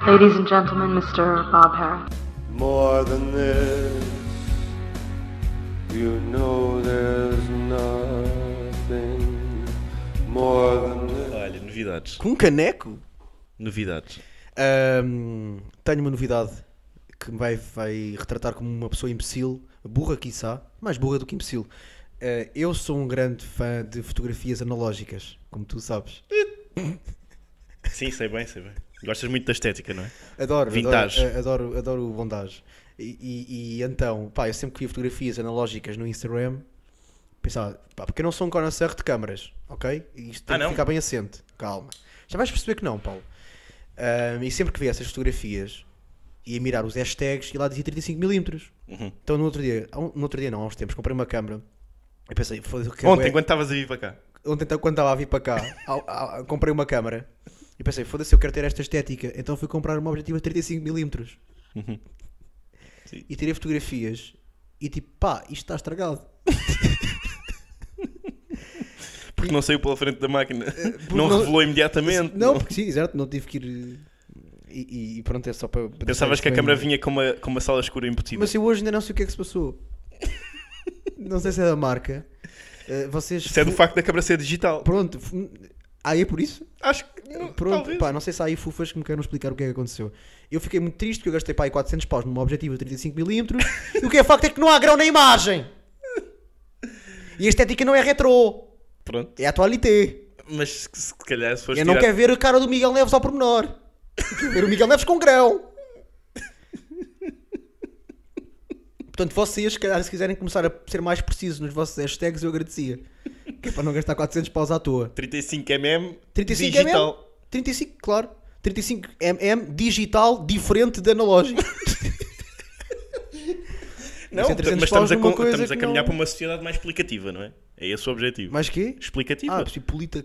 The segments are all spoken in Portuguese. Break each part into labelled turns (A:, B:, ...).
A: Ladies and gentlemen, Mr. Bob Harris.
B: More than this, you know there's nothing more than this.
C: Olha, novidades.
D: Com um caneco?
C: Novidades.
D: Ahm, tenho uma novidade que me vai, vai retratar como uma pessoa imbecil, burra quiçá, mais burra do que imbecil. Ah, eu sou um grande fã de fotografias analógicas, como tu sabes.
C: Sim, sei bem, sei bem. Gostas muito da estética, não é?
D: Adoro,
C: Vintage.
D: adoro, adoro, adoro o bondage. E, e- e então, pá, eu sempre que via fotografias analógicas no Instagram, pensava, pá, porque eu não sou um connoisseur de câmaras, ok? E Isto tem
C: Ah,
D: que
C: não?
D: ficar bem assente, calma. Já vais perceber que não, Paulo. Ahm, e sempre que via essas fotografias, ia mirar os hashtags e lá dizia 35mm.
C: Uhum.
D: Então no outro dia, há um- no outro dia não, há uns tempos, comprei uma câmara. Eu pensei, foda-se, o que é
C: Ontem,
D: bué-
C: quando estavas a vir para cá.
D: ontem então, quando estava a vir para cá, ao- ao- comprei uma câmara e pensei, foda-se, eu quero ter esta estética. Então fui comprar uma objetiva de 35mm
C: Sim.
D: e tirei fotografias e tipo, pá, isto está estragado.
C: Porque não saiu pela frente da máquina.
D: Eh, porque
C: Não
D: não-
C: revelou imediatamente.
D: Não, porque sim, exato, não tive que ir. E, e- e pronto, é só para. para
C: Pensavas
D: deixar
C: que a
D: isto
C: câmara
D: bem-
C: vinha com uma, com uma sala escura embutida.
D: Mas eu hoje ainda não sei o que é que se passou. não sei se é da marca. Eh, vocês.
C: Isso é do facto da câmara ser digital.
D: Pronto. fu- Ah, é por isso?
C: Acho que. não,
D: Pronto,
C: talvez.
D: pá, não sei se há aí fufas que me queiram explicar o que é que aconteceu. Eu fiquei muito triste porque eu gastei pá, aí 400 paus numa objetiva de 35mm e o que é facto é que não há grão na imagem. E a estética não é retrô,
C: Pronto.
D: é atualité.
C: Mas se, se calhar se fores
D: Eu não
C: tirar-
D: quero ver a cara do Miguel Neves ao pormenor. Eu Quero ver o Miguel Neves com grão. Portanto, vocês, se calhar, se quiserem começar a ser mais precisos nos vossos hashtags, eu agradecia. Que é para não gastar 400 paus à toa.
C: 35mm
D: 35
C: digital.
D: mm? 35, claro. 35 mm digital diferente de analógico.
C: Não,
D: Isso é
C: mas
D: 300
C: estamos
D: paus
C: a,
D: numa
C: con-
D: coisa
C: estamos a
D: que
C: caminhar
D: não-
C: para uma sociedade mais explicativa, não é? É esse o objetivo.
D: Mais quê?
C: Explicativa.
D: Ah, tipo polita.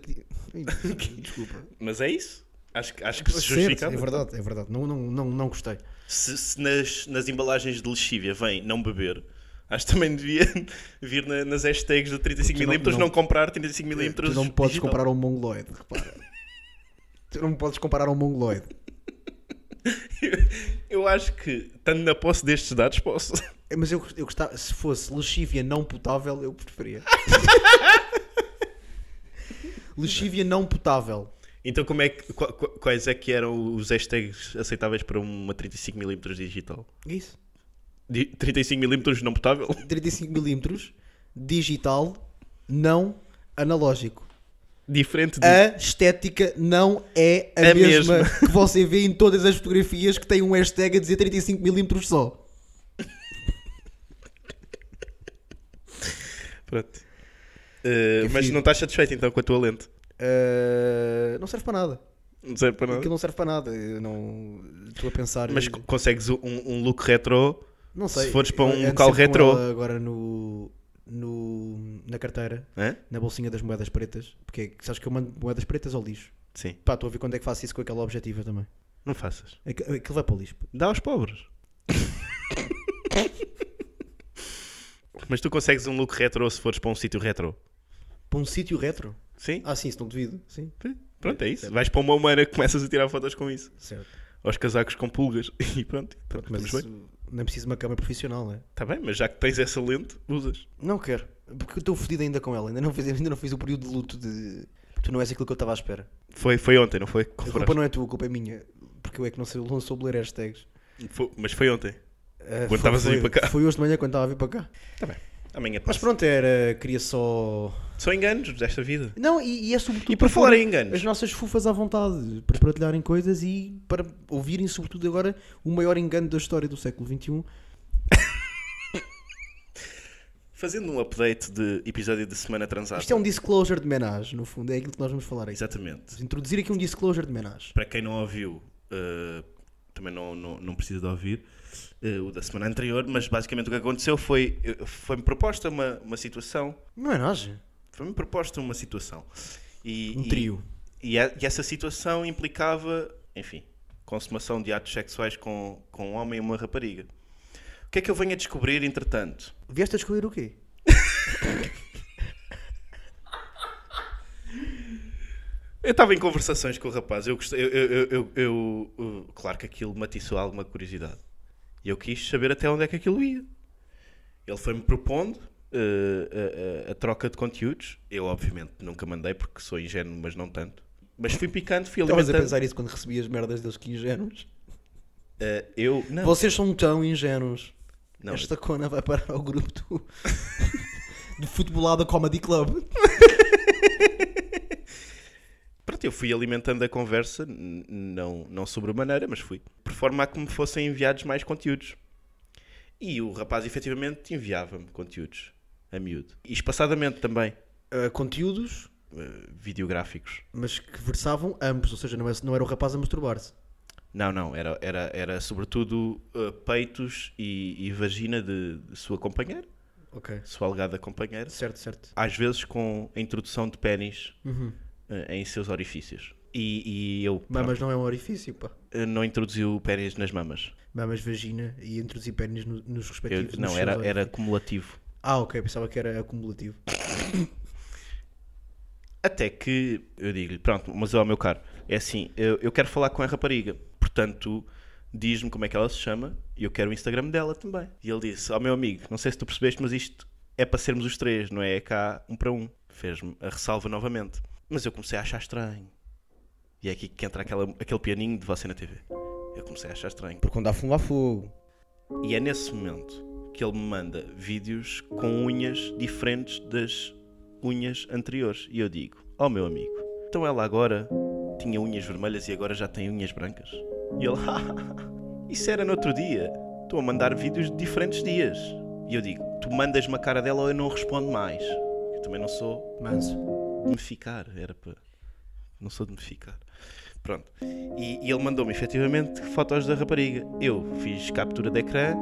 D: Desculpa.
C: Mas é isso. Acho, que- acho que se
D: Certo,
C: justificava.
D: é verdade, é verdade. Não, não, não, não gostei.
C: Se, se nas, nas embalagens de lexívia vem não beber, acho que também devia vir na- nas hashtags do 35mm
D: Tu
C: não,
D: não-
C: comprar 35mm.
D: Tu não me podes
C: digital.
D: comparar a um mongoloide, repara. tu não me podes comparar a um mongoloide.
C: Eu acho que, estando na posse destes dados, posso.
D: É, Mas eu, eu gostava, se fosse lexívia não potável, eu preferia. lexívia não potável.
C: Então, como é que, qua- qua- quais é que eram os hashtags aceitáveis para uma 35mm digital?
D: É isso.
C: Di- 35mm não potável?
D: 35mm digital não analógico.
C: Diferente de.
D: A estética não é a,
C: A
D: mesma,
C: mesma.
D: que você vê em todas as fotografias que tem um hashtag a dizer 35mm só.
C: Pronto. Uh,
D: Que
C: mas
D: fixe.
C: não estás satisfeito então com a tua lente?
D: Uh, não serve para nada.
C: Não serve para nada.
D: Aquilo é não é? serve para nada. Eu não estou a pensar.
C: Mas co- consegues um, um look retro?
D: não sei.
C: se fores para
D: Eu
C: um
D: ando
C: local
D: sempre com
C: retrô.
D: ela Agora no, no- na carteira,
C: Hã?
D: na bolsinha das moedas pretas. Porque é que- sabes que eu mando moedas pretas ao lixo.
C: Sim.
D: Pá, estou a ver quando é que faço isso com aquela objetiva também.
C: Não faças.
D: Aqu- Aquilo vai para o lixo.
C: Dá aos pobres. mas tu consegues um look retro se fores para um sítio retro?
D: Para um sítio retro.
C: Sim?
D: Ah, sim, isso não duvido. Sim,
C: Pronto, é isso. Vais para uma humana e começas a tirar fotos com isso.
D: certo.
C: Aos casacos com pulgas. E pronto. Tá-
D: Mas
C: Estamos
D: isso
C: bem.
D: não é preciso uma câmera profissional, não é?
C: Está bem, mas já que tens essa lente, usas.
D: Não quero. Porque eu estou fodido ainda com ela. Ainda não, fiz, ainda não fiz o período de luto de. Tu não és aquilo que eu estava à espera.
C: Foi, foi ontem, não foi? Que
D: A
C: foraste.
D: culpa não é tua, a culpa é minha. Porque eu é que não, sei, não soube ler hashtags.
C: Foi- mas foi ontem.
D: Ah,
C: Quando
D: foi-
C: estavas a vir
D: foi-
C: para cá.
D: Foi hoje de manhã quando estava a vir para cá.
C: Amanhã
D: Tá Mas
C: passa.
D: pronto, era. Queria só.
C: São enganos desta vida.
D: Não, e, e é sobretudo.
C: E por
D: para
C: falar
D: pôr
C: em enganos?
D: As nossas fufas à vontade. Para partilharem coisas e para ouvirem, sobretudo agora, o maior engano da história do século um. XXI.
C: Fazendo um update de episódio de semana transada.
D: Isto é um disclosure de menage, no fundo. É aquilo que nós vamos falar aí.
C: Exatamente.
D: Introduzir aqui um disclosure de menage.
C: Para quem não ouviu, eh, também não, não, não precisa de ouvir eh, o da semana anterior, mas basicamente o que aconteceu foi eh, foi-me proposta uma, uma situação.
D: Menage?
C: Foi-me proposta uma situação. E,
D: Um
C: e-
D: trio.
C: E, a- e essa situação implicava, enfim, consumação de atos sexuais com, com um homem e uma rapariga. O que é que eu venho a descobrir, entretanto?
D: Vieste a escolher o quê?
C: É Eu estava em conversações com o rapaz. Eu, gostei- eu, eu, eu- eu- eu- claro que aquilo matiçou alguma curiosidade. E eu quis saber até onde é que aquilo ia. Ele foi-me propondo eh, a, a- a troca de conteúdos. Eu, obviamente, nunca mandei porque sou ingênuo, mas não tanto. Mas fui picando, fui
D: Estavas a
C: alimentando.
D: pensar isso quando recebias merdas deles que ingênuos?
C: Eh, eu, não,
D: Vocês são tão ingênuos.
C: não,
D: Esta cona vai parar ao grupo do, do futebolado Comedy Club.
C: Pronto, eu fui alimentando a conversa, n- não, não sobremaneira, mas fui, por forma a que me fossem enviados mais conteúdos. E o rapaz efetivamente enviava-me conteúdos, a miúdo. E espaçadamente também,
D: Uh, conteúdos,
C: eh, videográficos.
D: mas que versavam ambos, ou seja, não, é- não era o rapaz a masturbar-se.
C: Não, não, era, era, era sobretudo eh, peitos e, e vagina de, de sua companheira,
D: Ok.
C: sua alegada companheira,
D: Certo, certo.
C: às vezes com a introdução de pênis eh, em seus orifícios. E, e eu
D: Mamas não é um orifício, pá.
C: eh, não introduzi o pênis nas mamas.
D: Mamas, vagina e entre os hipérnios no, nos
C: Eu-
D: respectivos. nos
C: não,
D: seus
C: era,
D: orifícios.
C: era cumulativo.
D: Ah, ok, pensava que era acumulativo.
C: Até que eu digo-lhe, pronto, mas ó meu caro, é assim, eu, eu quero falar com a rapariga, portanto, diz-me como é que ela se chama e eu quero o Instagram dela também. E ele disse, ó meu amigo, não sei se tu percebeste, mas isto é para sermos os três, não é cá um para um. Fez-me a ressalva novamente. Mas eu comecei a achar estranho. E é aqui que entra aquela, aquele pianinho de você na TV. Eu comecei a achar estranho.
D: Porque quando há fumo, há fogo.
C: E é nesse momento que ele me manda vídeos com unhas diferentes das unhas anteriores. E eu digo: Oh meu amigo, então ela agora tinha unhas vermelhas e agora já tem unhas brancas? E ele: "Ah, Isso era no outro dia. Estou a mandar vídeos de diferentes dias. E eu digo: Tu mandas uma cara dela ou eu não respondo mais. Eu também não sou
D: Manso.
C: de me ficar, era para. Não sou de me ficar. Pronto. E, e ele mandou-me efetivamente fotos da rapariga. Eu fiz captura de ecrã.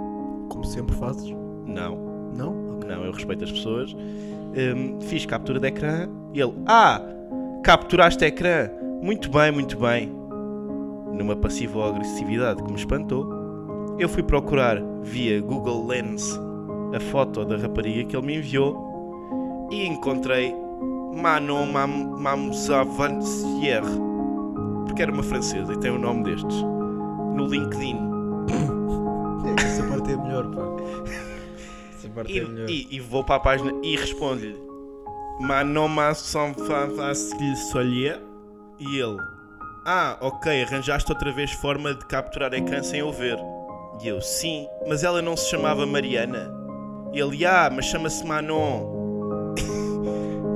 D: Como sempre fazes.
C: Não,
D: Não?
C: não, eu respeito as pessoas. Hum, fiz captura de ecrã e ele. Ah! Capturaste ecrã! Muito bem, muito bem. Numa passiva agressividade que me espantou, eu fui procurar via Google Lens a foto da rapariga que ele me enviou e encontrei Manon Mam- Mamouza Vancière, porque era uma francesa e tem o nome destes, no LinkedIn.
D: É, Essa parte é melhor, pá. Essa parte
C: E,
D: é melhor.
C: e- e vou para a página e respondo-lhe Manoma Sollier E ele Ah, ok, arranjaste outra vez forma de capturar ecrã sem eu ver E eu, sim, mas ela não se chamava Mariana E ele, ah, mas chama-se Manon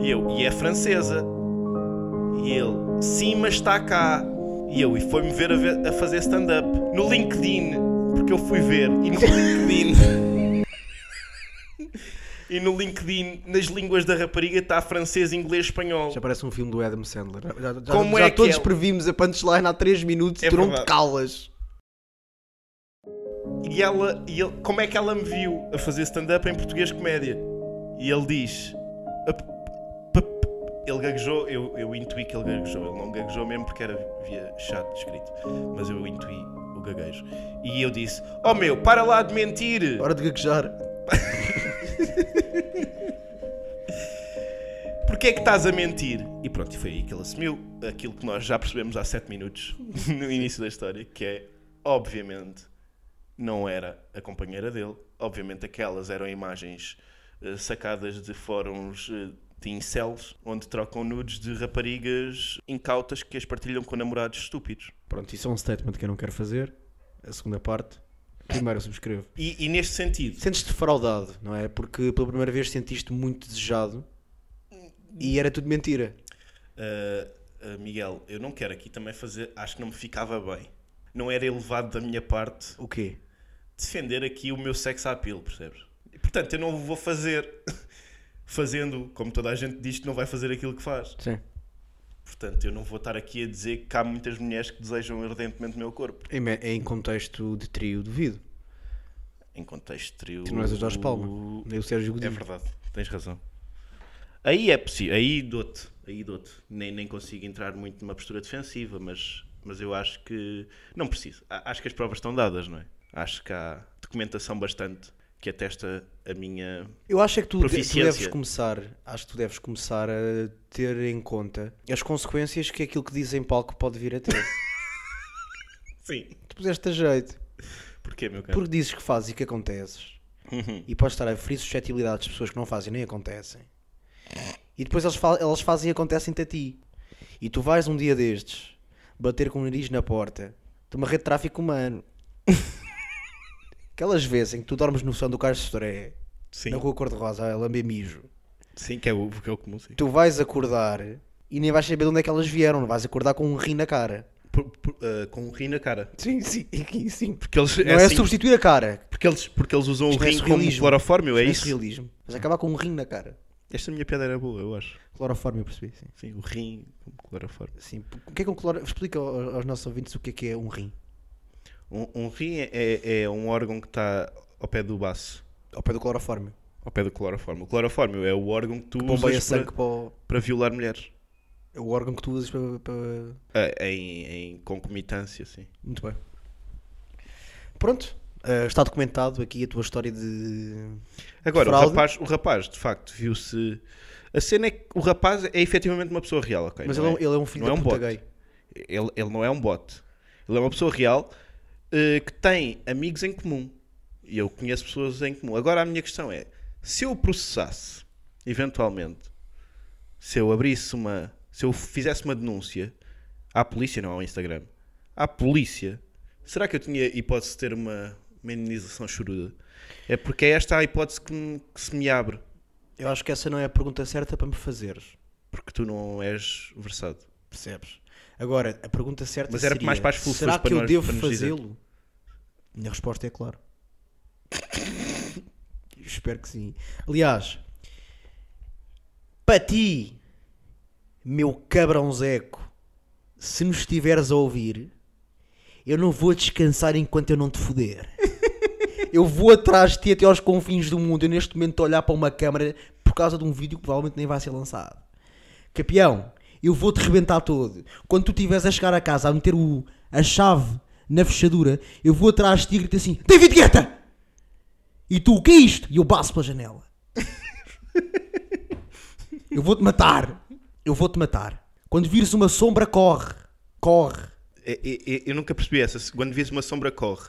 C: E eu, e é francesa E ele, sim, mas está cá E eu, e foi-me ver a, ver- a fazer stand-up No LinkedIn Porque eu fui ver E no LinkedIn e no LinkedIn, nas línguas da rapariga, está francês, inglês, espanhol.
D: Já parece um filme do Adam Sandler. Já, já-
C: Como
D: já
C: é que
D: todos
C: é?
D: previmos a punchline há 3 minutos e
C: É
D: tu não te
C: verdade.
D: calas.
C: E ela, e ele, como é que ela me viu a fazer stand-up em português comédia? E ele diz. "A p- p- p-" Ele gaguejou, eu, eu intuí que ele gaguejou. Ele não gaguejou mesmo porque era via chat escrito. Mas eu intuí o gaguejo. E eu disse: Oh meu, para lá de mentir!
D: Hora de gaguejar.
C: Porquê é que estás a mentir? E pronto, e foi aí que ele assumiu aquilo que nós já percebemos há 7 minutos no início da história, que é, obviamente, não era a companheira dele. Obviamente aquelas eram imagens eh, sacadas de fóruns eh, de incels, onde trocam nudes de raparigas incautas que as partilham com namorados estúpidos.
D: Pronto, isso é um statement que eu não quero fazer. A segunda parte. Primeiro eu subscrevo.
C: E, e neste sentido,
D: Sentes-te fraudado, não é? Porque pela primeira vez sentiste muito desejado e era tudo mentira.
C: eh, eh, Miguel, eu não quero aqui também fazer, acho que não me ficava bem. Não era elevado da minha parte
D: O quê?
C: defender aqui o meu sex appeal, percebes? E, Portanto, eu não vou fazer fazendo, como toda a gente diz que não vai fazer aquilo que faz.
D: Sim.
C: Portanto, eu não vou estar aqui a dizer que há muitas mulheres que desejam ardentemente o meu corpo.
D: Em, me- em contexto de trio, duvido.
C: Em contexto trio.
D: Tu não és o Jorge Palma, nem o Sérgio
C: É
D: Godinho.
C: verdade, tens razão. Aí é possível, aí dou-te, aí dou-te. Nem, nem consigo entrar muito numa postura defensiva, mas, mas eu acho que não preciso. A- Acho que as provas estão dadas, não é? Acho que há documentação bastante que atesta a minha.
D: Eu acho é que tu, tu
C: Proficiência.
D: deves começar, acho que tu deves começar a ter em conta as consequências que aquilo que diz em palco pode vir a ter.
C: Sim.
D: tu puseste a jeito.
C: Porquê, meu caro?
D: Porque dizes que fazes e que aconteces.
C: É. Uhum.
D: E podes estar a ferir suscetibilidades de pessoas que não fazem nem acontecem. E depois eles, fa- elas fazem e acontecem-te a ti. E tu vais um dia destes bater com o nariz na porta de uma rede de tráfico humano. Aquelas vezes em que tu dormes no som do Carlos Toré,
C: Sim.
D: na rua Cor-de-Rosa, a lamber mijo.
C: Sim, que é o que é o comum, sim.
D: Tu vais acordar e nem vais saber de onde é que elas vieram. Não vais acordar com um rim na cara.
C: Por- por- ah, com um rim na cara.
D: Sim, sim, é sim.
C: Porque eles,
D: Não é,
C: assim,
D: substituir a cara.
C: porque eles, porque eles usam o
D: Isto não é
C: rim como
D: surrealismo.
C: clorofórmio, é
D: Não
C: isso?
D: surrealismo. Vais acabar com um rim na cara.
C: Esta minha piada era boa, eu acho.
D: Cloroforme, eu percebi, sim.
C: Sim, o rim como clorofórmio.
D: Sim, p- o que é que um cloro... Explica ao- aos nossos ouvintes o que é que é um rim.
C: Um, um rim é, é um órgão que está ao pé do baço,
D: Ao pé do cloroforme.
C: ao pé do clorofórmio. O clorofórmio é o órgão que tu
D: Bombeia
C: usas
D: sangue
C: para,
D: para o...
C: para violar mulheres.
D: É o órgão que tu usas para... para-
C: Ah, em, em concomitância, sim.
D: Muito bem. Pronto. Ah, está documentado aqui a tua história de...
C: Agora, o
D: Fraude.
C: rapaz, o rapaz, de facto, viu-se. A cena é que o rapaz é efetivamente uma pessoa real, ok?
D: Mas
C: Não
D: ele é, um- ele é um filho
C: não é
D: da
C: um
D: puta
C: bote.
D: gay.
C: Ele, ele não é um bot. Ele é uma pessoa real eh, que tem amigos em comum. E eu conheço pessoas em comum. Agora a minha questão é: se eu processasse, eventualmente, se eu abrisse uma. Se eu fizesse uma denúncia à polícia, não ao Instagram, à polícia, será que eu tinha hipótese de ter uma, uma indenização choruda? É porque é esta a hipótese que, me- que se me abre.
D: Eu acho que essa não é a pergunta certa para me fazeres.
C: Porque tu não és versado.
D: Percebes? Agora, a pergunta certa
C: Mas era
D: seria,
C: mais para as fufus,
D: será
C: para
D: que eu
C: nós-
D: devo
C: para nos dizer.
D: fazê-lo? Minha resposta é claro. Espero que sim. Aliás, para ti, meu cabrão Zeco, se nos estiveres a ouvir, eu não vou descansar enquanto eu não te foder. Eu vou atrás de ti até aos confins do mundo. Eu neste momento estou a olhar para uma câmara por causa de um vídeo que provavelmente nem vai ser lançado. Capião, eu vou-te rebentar todo. Quando tu estiveres a chegar a casa a meter o, a chave na fechadura, eu vou atrás de ti e grito assim: David Guetta! E tu, o que é isto? E eu passo pela janela. eu vou-te matar. Eu vou-te matar. Quando vires uma sombra, corre. Corre.
C: É, é, é, eu nunca percebi essa. se- Quando vês uma sombra, corre.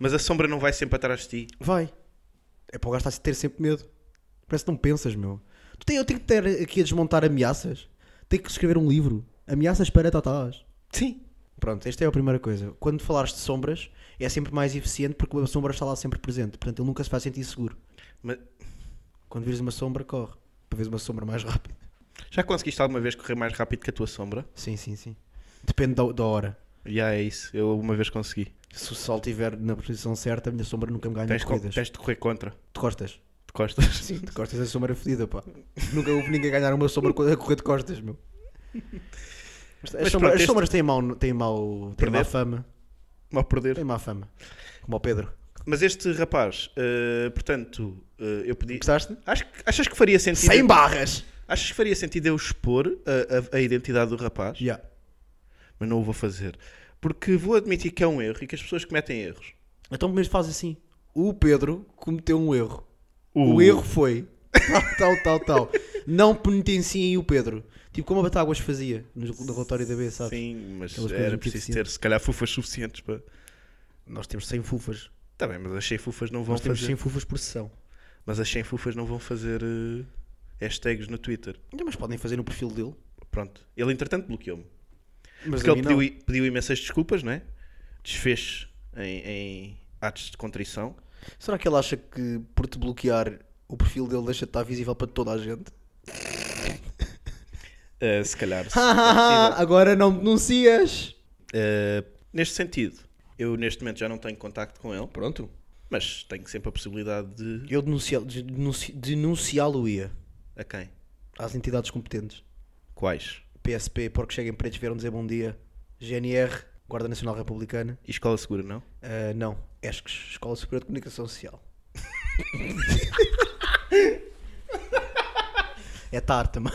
C: Mas a sombra não vai sempre atrás de ti.
D: Vai. É para o gajo estar a ter sempre medo. Parece que não pensas, meu. Tu tem, eu tenho que ter aqui a desmontar ameaças. Tenho que escrever um livro. Ameaças para tatás.
C: Sim.
D: Pronto, esta é a primeira coisa. Quando falares de sombras, é sempre mais eficiente porque a sombra está lá sempre presente. Portanto, ele nunca se faz sentir seguro.
C: Mas
D: Quando vires uma sombra, corre. Para veres uma sombra mais rápido.
C: já conseguiste alguma vez correr mais rápido que a tua sombra?
D: Sim, sim, sim. Depende da, da hora.
C: Já é isso. Eu uma vez consegui.
D: Se o sol estiver na posição certa, a minha sombra nunca me ganha
C: Tens,
D: nas
C: de co-
D: corridas.
C: tens de correr contra.
D: De costas.
C: De costas.
D: Sim, de costas a sombra é fodida, pá. Nunca houve ninguém ganhar uma sombra a correr de costas, meu.
C: Mas
D: As, sombra-
C: pronto,
D: as
C: este-
D: sombras têm, mau, têm, mau, têm má
C: Perder?
D: fama.
C: Mal perder.
D: Têm má fama. Como o Pedro.
C: Mas este rapaz, eh, portanto, eh, eu pedi.
D: Gostaste?
C: Acho que- achas que faria sentido.
D: Sem barras!
C: Achas que faria sentido eu expor a, a- a identidade do rapaz?
D: Já.
C: Mas não o vou fazer. Porque vou admitir que é um erro e que as pessoas cometem erros.
D: Então mesmo faz assim. O Pedro cometeu um erro. O erro foi. Tal, tal, tal, tal. Não penitenciem o Pedro. Tipo como a Batáguas fazia no relatório da B, sabes?
C: Sim, mas
D: Aquelas coisas
C: era
D: muito
C: preciso ter,
D: eficientes.
C: se calhar, fufas suficientes para.
D: Nós temos 100 fufas.
C: Está bem, mas achei fufas não vão
D: Nós temos
C: fazer.
D: 100 fufas por sessão.
C: Mas as 100 fufas não vão fazer eh, hashtags no Twitter.
D: Não, Mas podem fazer no perfil dele.
C: Pronto. Ele, entretanto, bloqueou-me.
D: Mas
C: Porque
D: a
C: ele
D: mim
C: pediu,
D: não.
C: i- pediu imensas desculpas, não é? Desfez em, em atos de contrição.
D: Será que ele acha que por te bloquear o perfil dele deixa de estar visível para toda a gente?
C: Eh, se calhar. se-
D: Agora não me denuncias!
C: Eh, neste sentido, eu neste momento já não tenho contacto com ele. Pronto. Mas tenho sempre a possibilidade de.
D: Eu denuncia- denunci- denunciá-lo-ia
C: A quem?
D: às entidades competentes.
C: Quais?
D: PSP, porque cheguem pretos, vieram dizer bom dia. GNR, Guarda Nacional Republicana.
C: E escola segura, não?
D: Ah, não, ESCS, Escola Superior de Comunicação Social. é TAR também.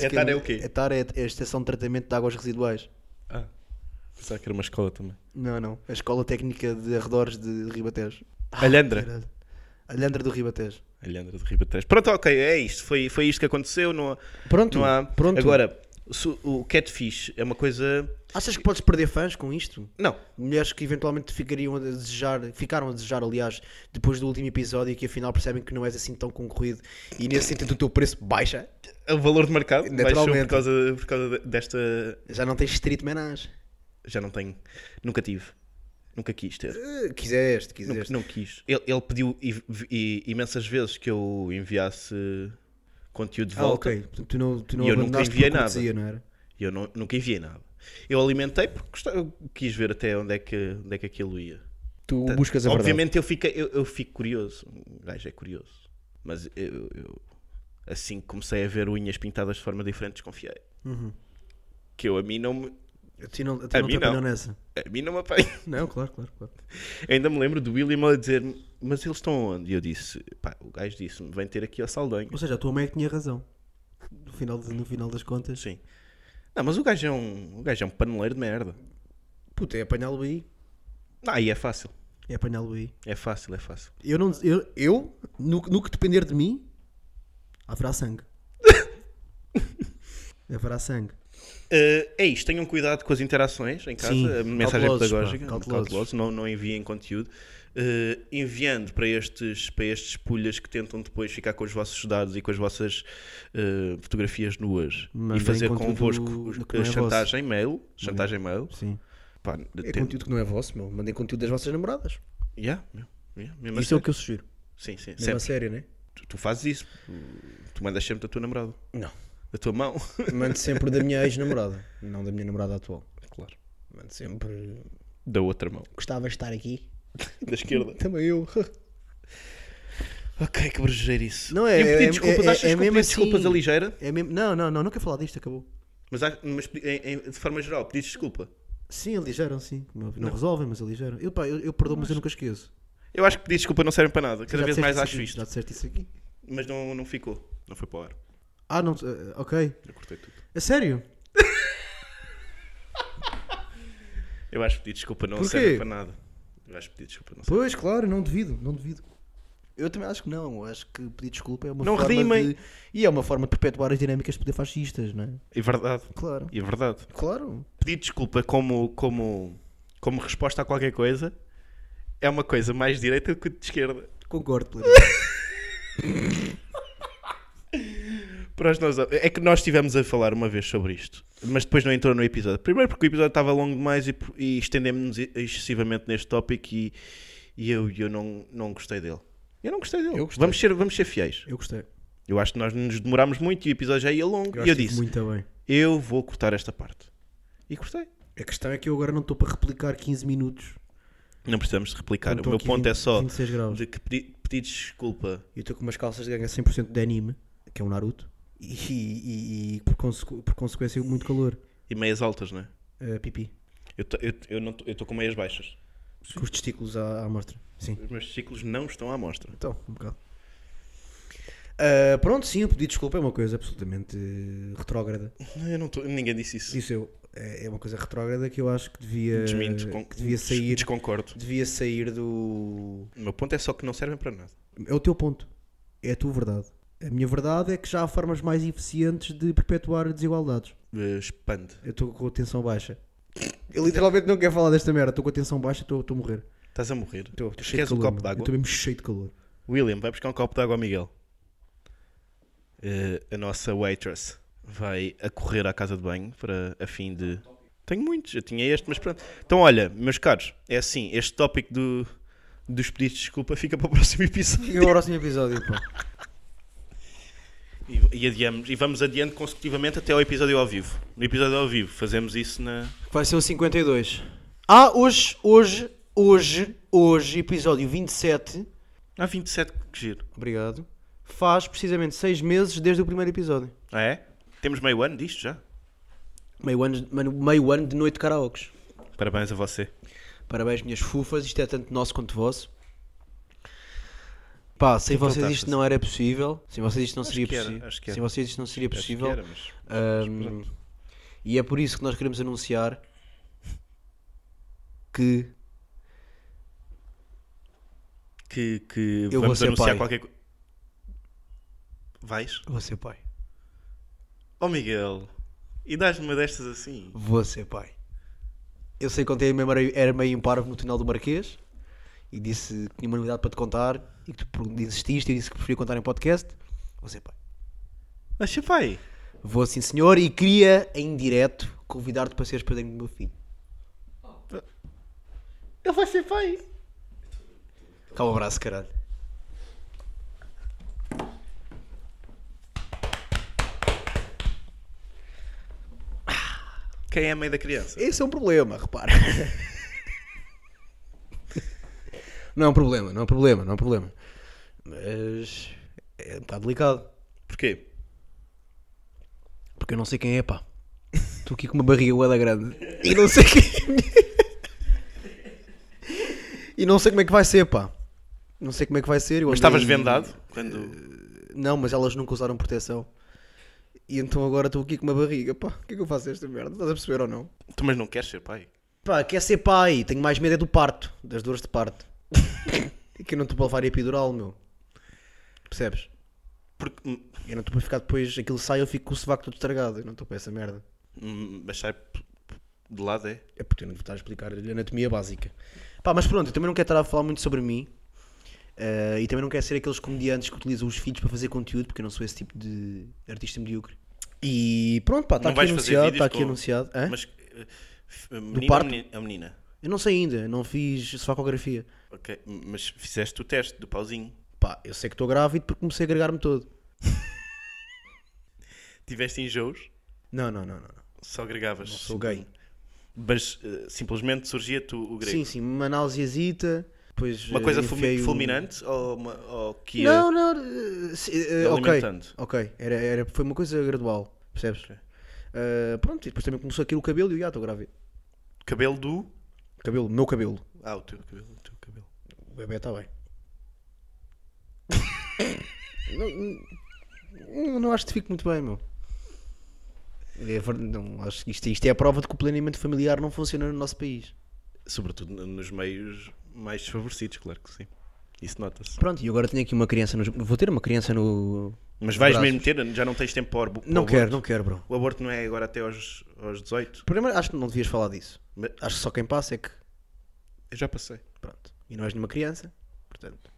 C: É TAR é o quê?
D: É TAR é a Estação de Tratamento de Águas Residuais.
C: Ah. Pensava que era uma escola também.
D: Não, não. A Escola Técnica de Arredores de Ribatejo.
C: Alhandra.
D: caralho. Alhandra do Ribatejo.
C: Alhandra de Ribatejo. Pronto, ok, é isto. Foi, foi isto que aconteceu. Não, há-
D: Pronto,
C: não há.
D: pronto.
C: Agora, se o- o catfish é uma coisa.
D: Achas que podes perder fãs com isto?
C: Não,
D: Mulheres que eventualmente ficariam a desejar, ficaram a desejar, aliás, depois do último episódio e que afinal percebem que não és assim tão concorrido e nesse sentido o teu preço baixa,
C: é o valor de mercado baixou por
D: Naturalmente.
C: causa, por causa desta.
D: já não tens street menage.
C: Já não tenho. Nunca tive. Nunca quis ter.
D: Eh, Quiseste,
C: Nunca-
D: quiseste.
C: não quis. Ele, ele pediu i- i- imensas vezes que eu enviasse conteúdo de
D: Ah,
C: volta
D: ok. Portanto, Tu não, tu não
C: E eu nunca
D: abandonaste
C: enviei
D: por
C: nada.
D: cortesia, não era?
C: e eu não- nunca enviei nada. Eu alimentei porque gostava- quis ver até onde é que, onde é que aquilo ia.
D: Tu buscas a é verdade.
C: Tá, Obviamente eu fico, eu, eu fico curioso. Um gajo é curioso. Mas eu, eu- assim que comecei a ver unhas pintadas de forma diferente, desconfiei. Que eu a mim não me,
D: A ti não, a ti
C: A
D: não
C: mim
D: te apanhou
C: não.
D: nessa.
C: a mim não me apanha.
D: Não, claro, claro, claro.
C: Eu Ainda me lembro do William a dizer mas eles estão onde? E eu disse, pá, o gajo disse-me, vem ter aqui a Saldanha.
D: Ou seja, a tua mãe é que tinha razão. No final, no final das contas.
C: Sim. Não, mas o gajo é um, o gajo é um paneleiro de merda.
D: Puta, é apanhá-lo aí.
C: Ah, aí é fácil.
D: É apanhá-lo aí.
C: É fácil, é fácil.
D: Eu não. Eu, eu no, no que depender de mim, haverá sangue. haverá sangue.
C: Eh, é isto, tenham cuidado com as interações em casa,
D: Sim,
C: a mensagem
D: cautelosos,
C: pedagógica,
D: pá, cautelosos.
C: cautelosos, não, não enviem conteúdo, Eh, enviando para estes, para estes pulhas que tentam depois ficar com os vossos dados e com as vossas eh, fotografias nuas
D: Mandem
C: e fazer
D: conteúdo
C: convosco os-
D: que não é
C: chantagem e-mail, chantagem e-mail,
D: Sim.
C: pá,
D: É
C: tem-
D: conteúdo que não é vosso, meu. Mandem conteúdo das vossas namoradas.
C: Yeah, yeah, yeah, mesmo
D: Isso é
C: assim.
D: o que eu sugiro.
C: Sim, sim,
D: Mesmo a
C: sempre.
D: sério, né?
C: Tu, tu fazes isso, tu mandas sempre da tua namorada,
D: Não.
C: da tua mão,
D: Mando sempre da minha ex-namorada, não da minha namorada atual.
C: claro,
D: Mando sempre.
C: da outra mão,
D: Gostava de estar aqui.
C: da esquerda.
D: Também eu.
C: Ok, que brejeiro isso.
D: Não, é-
C: E o
D: é-
C: pedido de desculpas,
D: é-
C: achas
D: é
C: que o
D: mesmo
C: pedido de desculpas
D: assim.
C: a ligeira?
D: É mesmo... Não, não, não, não quero falar disto, acabou.
C: Mas, há- mas pedi- em- em- de forma geral, pedidos de desculpa.
D: Sim, aligeram, sim. Não, não resolvem, mas aligeram. Eu, pá, eu, eu perdoo, mas eu nunca esqueço.
C: Eu acho que pedidos de desculpa não servem para nada, cada
D: Já
C: vez
D: disseste
C: mais
D: isso
C: acho
D: aqui,
C: isto.
D: Já disseste isso aqui.
C: Mas não, não ficou, não foi para o ar.
D: Ah, não. eh, Ok.
C: Eu cortei tudo.
D: A sério?
C: Eu acho que pedidos de desculpa não
D: Porquê?
C: servem para nada. Eu acho que pedidos de desculpa não servem.
D: Pois, claro, não devido, não devido. Eu também acho que não, acho que pedir desculpa é uma
C: Não
D: forma
C: redimem.
D: de... E é uma forma de perpetuar as dinâmicas de poder fascistas, não é?
C: É verdade,
D: Claro.
C: é verdade.
D: Claro.
C: pedir desculpa como, como, como resposta a qualquer coisa é uma coisa mais de direita do que de esquerda.
D: Concordo, Pleno.
C: Para os nós, é que nós estivemos a falar uma vez sobre isto, mas depois não entrou no episódio. Primeiro porque o episódio estava longo demais e, e estendemos-nos excessivamente neste tópico e, e eu, eu não, não gostei dele. Eu não gostei dele.
D: Eu gostei.
C: Vamos, ser, vamos ser fiéis.
D: Eu gostei.
C: Eu acho que nós nos demorámos muito e o episódio já ia longo. e eu disse,
D: Muito bem.
C: eu vou cortar esta parte. E cortei.
D: A questão é que eu agora não estou para replicar 15 minutos.
C: Não precisamos de replicar.
D: Quando
C: o meu
D: estou aqui
C: ponto é
D: 20,
C: só
D: 26 graus.
C: de que pedi, pedir desculpa
D: Eu estou com umas calças de ganga 100% de anime, que é um Naruto, e, e- e por, consecu- por consequência muito calor.
C: e meias altas, não é?
D: Eh, pipi.
C: Eu tô- eu- eu não tô- eu estou com meias baixas.
D: Com os testículos à, à mostra. Sim.
C: Os meus ciclos não estão à mostra.
D: Então, um bocado. Ah, pronto, sim, o pedido de desculpa é uma coisa absolutamente eh, retrógrada.
C: Eu não tô- ninguém disse isso.
D: Disse eu, é é uma coisa retrógrada que eu acho que devia,
C: Desminto, con-
D: que devia sair,
C: des- Desconcordo.
D: devia sair do.
C: O meu ponto é só que não servem para nada.
D: É o teu ponto, é a tua verdade. A minha verdade é que já há formas mais eficientes de perpetuar desigualdades.
C: Eh, Expande.
D: Eu estou com a tensão baixa. Eu literalmente não quero falar desta merda, estou com a tensão baixa, estou estou a morrer.
C: Estás a morrer.
D: Estou estou cheio de
C: Queres um
D: calor.
C: copo
D: mano. Eu
C: d'água?
D: estou mesmo cheio de calor.
C: William, vai buscar um copo d'água ao Miguel. Eh, a nossa waitress vai a correr à casa de banho para a fim de. Tenho muitos, eu tinha este, mas pronto. Então, olha, meus caros, é assim: este tópico do, dos pedidos de desculpa fica para o próximo episódio.
D: E o próximo episódio, pá.
C: E, e adiamos, e vamos adiando consecutivamente até ao episódio ao vivo. No episódio ao vivo, fazemos isso na.
D: Vai ser o 52. Ah, hoje, hoje, hoje, hoje, episódio 27.
C: Há 27 que giro.
D: Obrigado. Faz precisamente 6 meses desde o primeiro episódio.
C: Ah, é? Temos meio ano disto já.
D: Meio ano, mano, meio ano de noite de karaokes.
C: Parabéns a
D: É
C: você.
D: Parabéns, minhas fufas. Isto é tanto nosso quanto vosso. Pá, sem vocês
C: estás
D: isto não era possível. Sem vocês isto não seria
C: que era,
D: possível.
C: acho que era.
D: Sem vocês isto não seria possível.
C: Acho que era, mas-
D: Ahm, e é por isso que nós queremos anunciar que
C: Que que, que
D: vou
C: vamos
D: ser
C: anunciar
D: pai.
C: qualquer coisa. Vais?
D: Vou ser pai.
C: Oh Miguel, e dás-me uma destas assim?
D: Vou ser pai. Eu sei que ontem mesmo era- era meio imparvo no túnel do Marquês e disse que tinha uma novidade para te contar e que tu per- insististe e disse que preferia contar em podcast. Vou ser pai.
C: Acha pai?
D: Vou sim, senhor, e queria em direto convidar-te para seres padrinho do meu filho.
C: Ele vai ser pai.
D: Cá um abraço, caralho.
C: Quem é a mãe da criança?
D: Esse é um problema, repara. não é um problema, não é um problema, não é um problema. Mas é um bocado delicado.
C: Porquê?
D: Porque eu não sei quem é, pá. Estou aqui com uma barriga ueda grande. E não sei quem é. E não sei como é que vai ser, pá. Não sei como é que vai ser. eu
C: Mas
D: andei-
C: estavas vendado? Quando...
D: Não, mas elas nunca usaram proteção. E então agora estou aqui com uma barriga, pá. O que é que eu faço a esta merda? Estás a perceber ou não?
C: Tu mas não queres ser pai?
D: Pá, quer ser pai. Tenho mais medo é do parto. Das dores de parto. e que eu não estou para levar epidural, meu. Percebes?
C: Porque... hum,
D: Eu não estou para ficar depois... Aquilo sai, eu fico com o sovaco todo estragado. Eu não estou para essa merda.
C: hum, Mas sai p- p- de lado é?
D: É porque eu não vou estar a explicar a anatomia básica. Pá, mas pronto, eu também não quero estar a falar muito sobre mim. eh, e também não quero ser aqueles comediantes que utilizam os filhos para fazer conteúdo, porque eu não sou esse tipo de artista medíocre. E pronto, pá, está
C: Não
D: aqui
C: vais fazer
D: anunciado,
C: vídeos
D: está aqui
C: com-
D: anunciado. Hã?
C: Mas... eh, f- Menino ou
D: parto?
C: meni- ou menina?
D: Eu não sei ainda, não fiz só ecografia.
C: Ok, mas fizeste o teste do pauzinho.
D: Pá, eu sei que estou grávido porque comecei a agregar-me todo.
C: Tiveste enjoos?
D: Não, não, não, não. não.
C: Só agregavas.
D: Sou gay.
C: Mas eh, simplesmente surgia-te o o grego.
D: Sim, sim, uma nauseazita, depois.
C: Uma
D: eh,
C: coisa fulmi-
D: enfiei o-
C: fulminante ou, uma, ou que é ia-
D: Não, não. eh, se- eh, ok.
C: Alimentando.
D: Ok. Era, era, foi uma coisa gradual. Percebes? Eh, pronto, e depois também começou aqui o cabelo e eu já estou grávido.
C: cabelo do.
D: Cabelo, meu cabelo.
C: Ah, o teu cabelo, o teu cabelo.
D: O bebê está bem. não, não- não acho que fique muito bem, meu. É verdade, não, acho que isto, isto é a prova de que o planeamento familiar não funciona no nosso país.
C: Sobretudo n- nos meios mais desfavorecidos, claro que sim. Isso nota-se.
D: Pronto, e agora tenho aqui uma criança. nos- vou ter uma criança no.
C: Mas vais
D: Braços.
C: mesmo ter, já não tens tempo para o arbo- para o
D: Não quero,
C: aborto.
D: não quero, bro.
C: O aborto não é agora até aos, aos 18.
D: Primeiro, acho que não devias falar disso.
C: Mas- ah,
D: Acho que só quem passa é que
C: eu já passei.
D: Pronto. E não és nenhuma criança, portanto.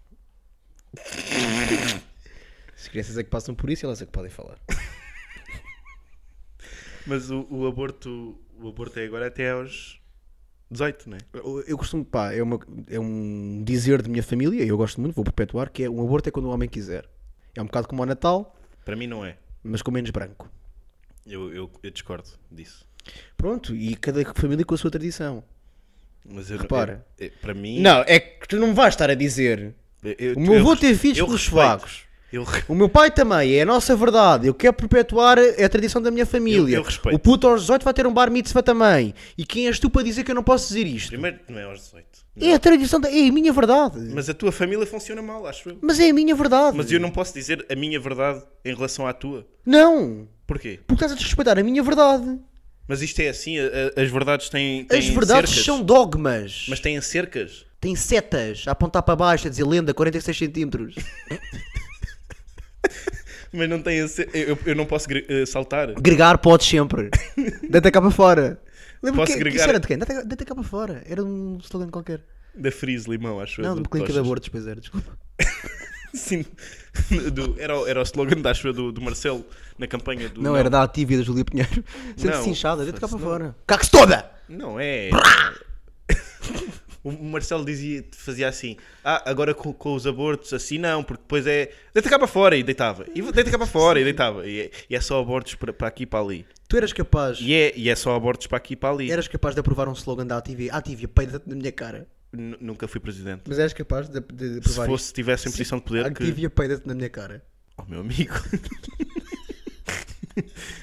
D: As crianças é que passam por isso, elas é que podem falar.
C: Mas o, o aborto o aborto é agora até aos 18, não é?
D: Eu, eu costumo, pá, é, uma- é um dizer de minha família, e eu gosto muito, vou perpetuar, que é um aborto é quando o homem quiser. É um bocado como ao Natal,
C: Para mim não é.
D: mas com menos branco.
C: Eu, eu, eu discordo disso.
D: Pronto, e cada família com a sua tradição.
C: Mas eu,
D: Repara.
C: eu- eu- para mim.
D: Não, é que tu não me vais estar a dizer.
C: eu- eu-
D: O meu
C: eu
D: avô
C: res-
D: teve filhos
C: eu
D: pelos
C: respeito.
D: esfagos.
C: Eu re-
D: O meu pai também, é a nossa verdade. Eu quero perpetuar a tradição da minha família.
C: Eu- eu respeito.
D: o puto aos 18 vai ter um bar mitzvah também. E quem és tu para dizer que eu não posso dizer isto?
C: Primeiro, não é aos 18.
D: É a tradição, da... é a minha verdade. Mas,
C: Mas a tua família funciona mal, acho eu.
D: é a minha verdade.
C: Mas eu não posso dizer a minha verdade em relação à tua.
D: Não,
C: Porquê?
D: porque estás a desrespeitar a minha verdade.
C: Mas isto é assim, a- a- as verdades têm, têm
D: As verdades
C: cercas.
D: são dogmas.
C: Mas têm cercas.
D: Tem setas a apontar para baixo, a dizer lenda, 46 centímetros.
C: Mas não têm cer- eu, eu não posso gre- eh, saltar.
D: Gregar podes sempre. Deita cá para fora. Lembra
C: Posso
D: que, que
C: gregar?
D: isso era de quem? Deita, deita cá para fora. Era um slogan qualquer.
C: Da Frizz Limão, acho eu.
D: não, de
C: do
D: uma clínica de
C: Tochas.
D: abortos, pois era, desculpa.
C: Sim. Do- era, o- era o slogan da acho eu, do, do Marcelo na campanha do.
D: Não, era da Atívia da Júlia Pinheiro.
C: Não,
D: Sente-se inchada, deita cá para
C: foda-se,
D: fora. Cague-se toda!
C: Não é. o Marcelo dizia, fazia assim: Ah, agora com, com os abortos, assim não, porque depois é. Deita cá para fora e deitava. E deita cá para fora e deitava. E é, e é só abortos para, para aqui e para ali.
D: Tu eras capaz,
C: E é, e é só abortos para aqui e para ali.
D: eras capaz de aprovar um slogan da Atívia. Atívia, peida-te na minha cara.
C: N- Nunca fui presidente.
D: Mas eras capaz de, de
C: Se
D: aprovar
C: fosse, tivesse em posição de poder, que.
D: Atívia, peida-te na minha cara.
C: Oh, meu amigo.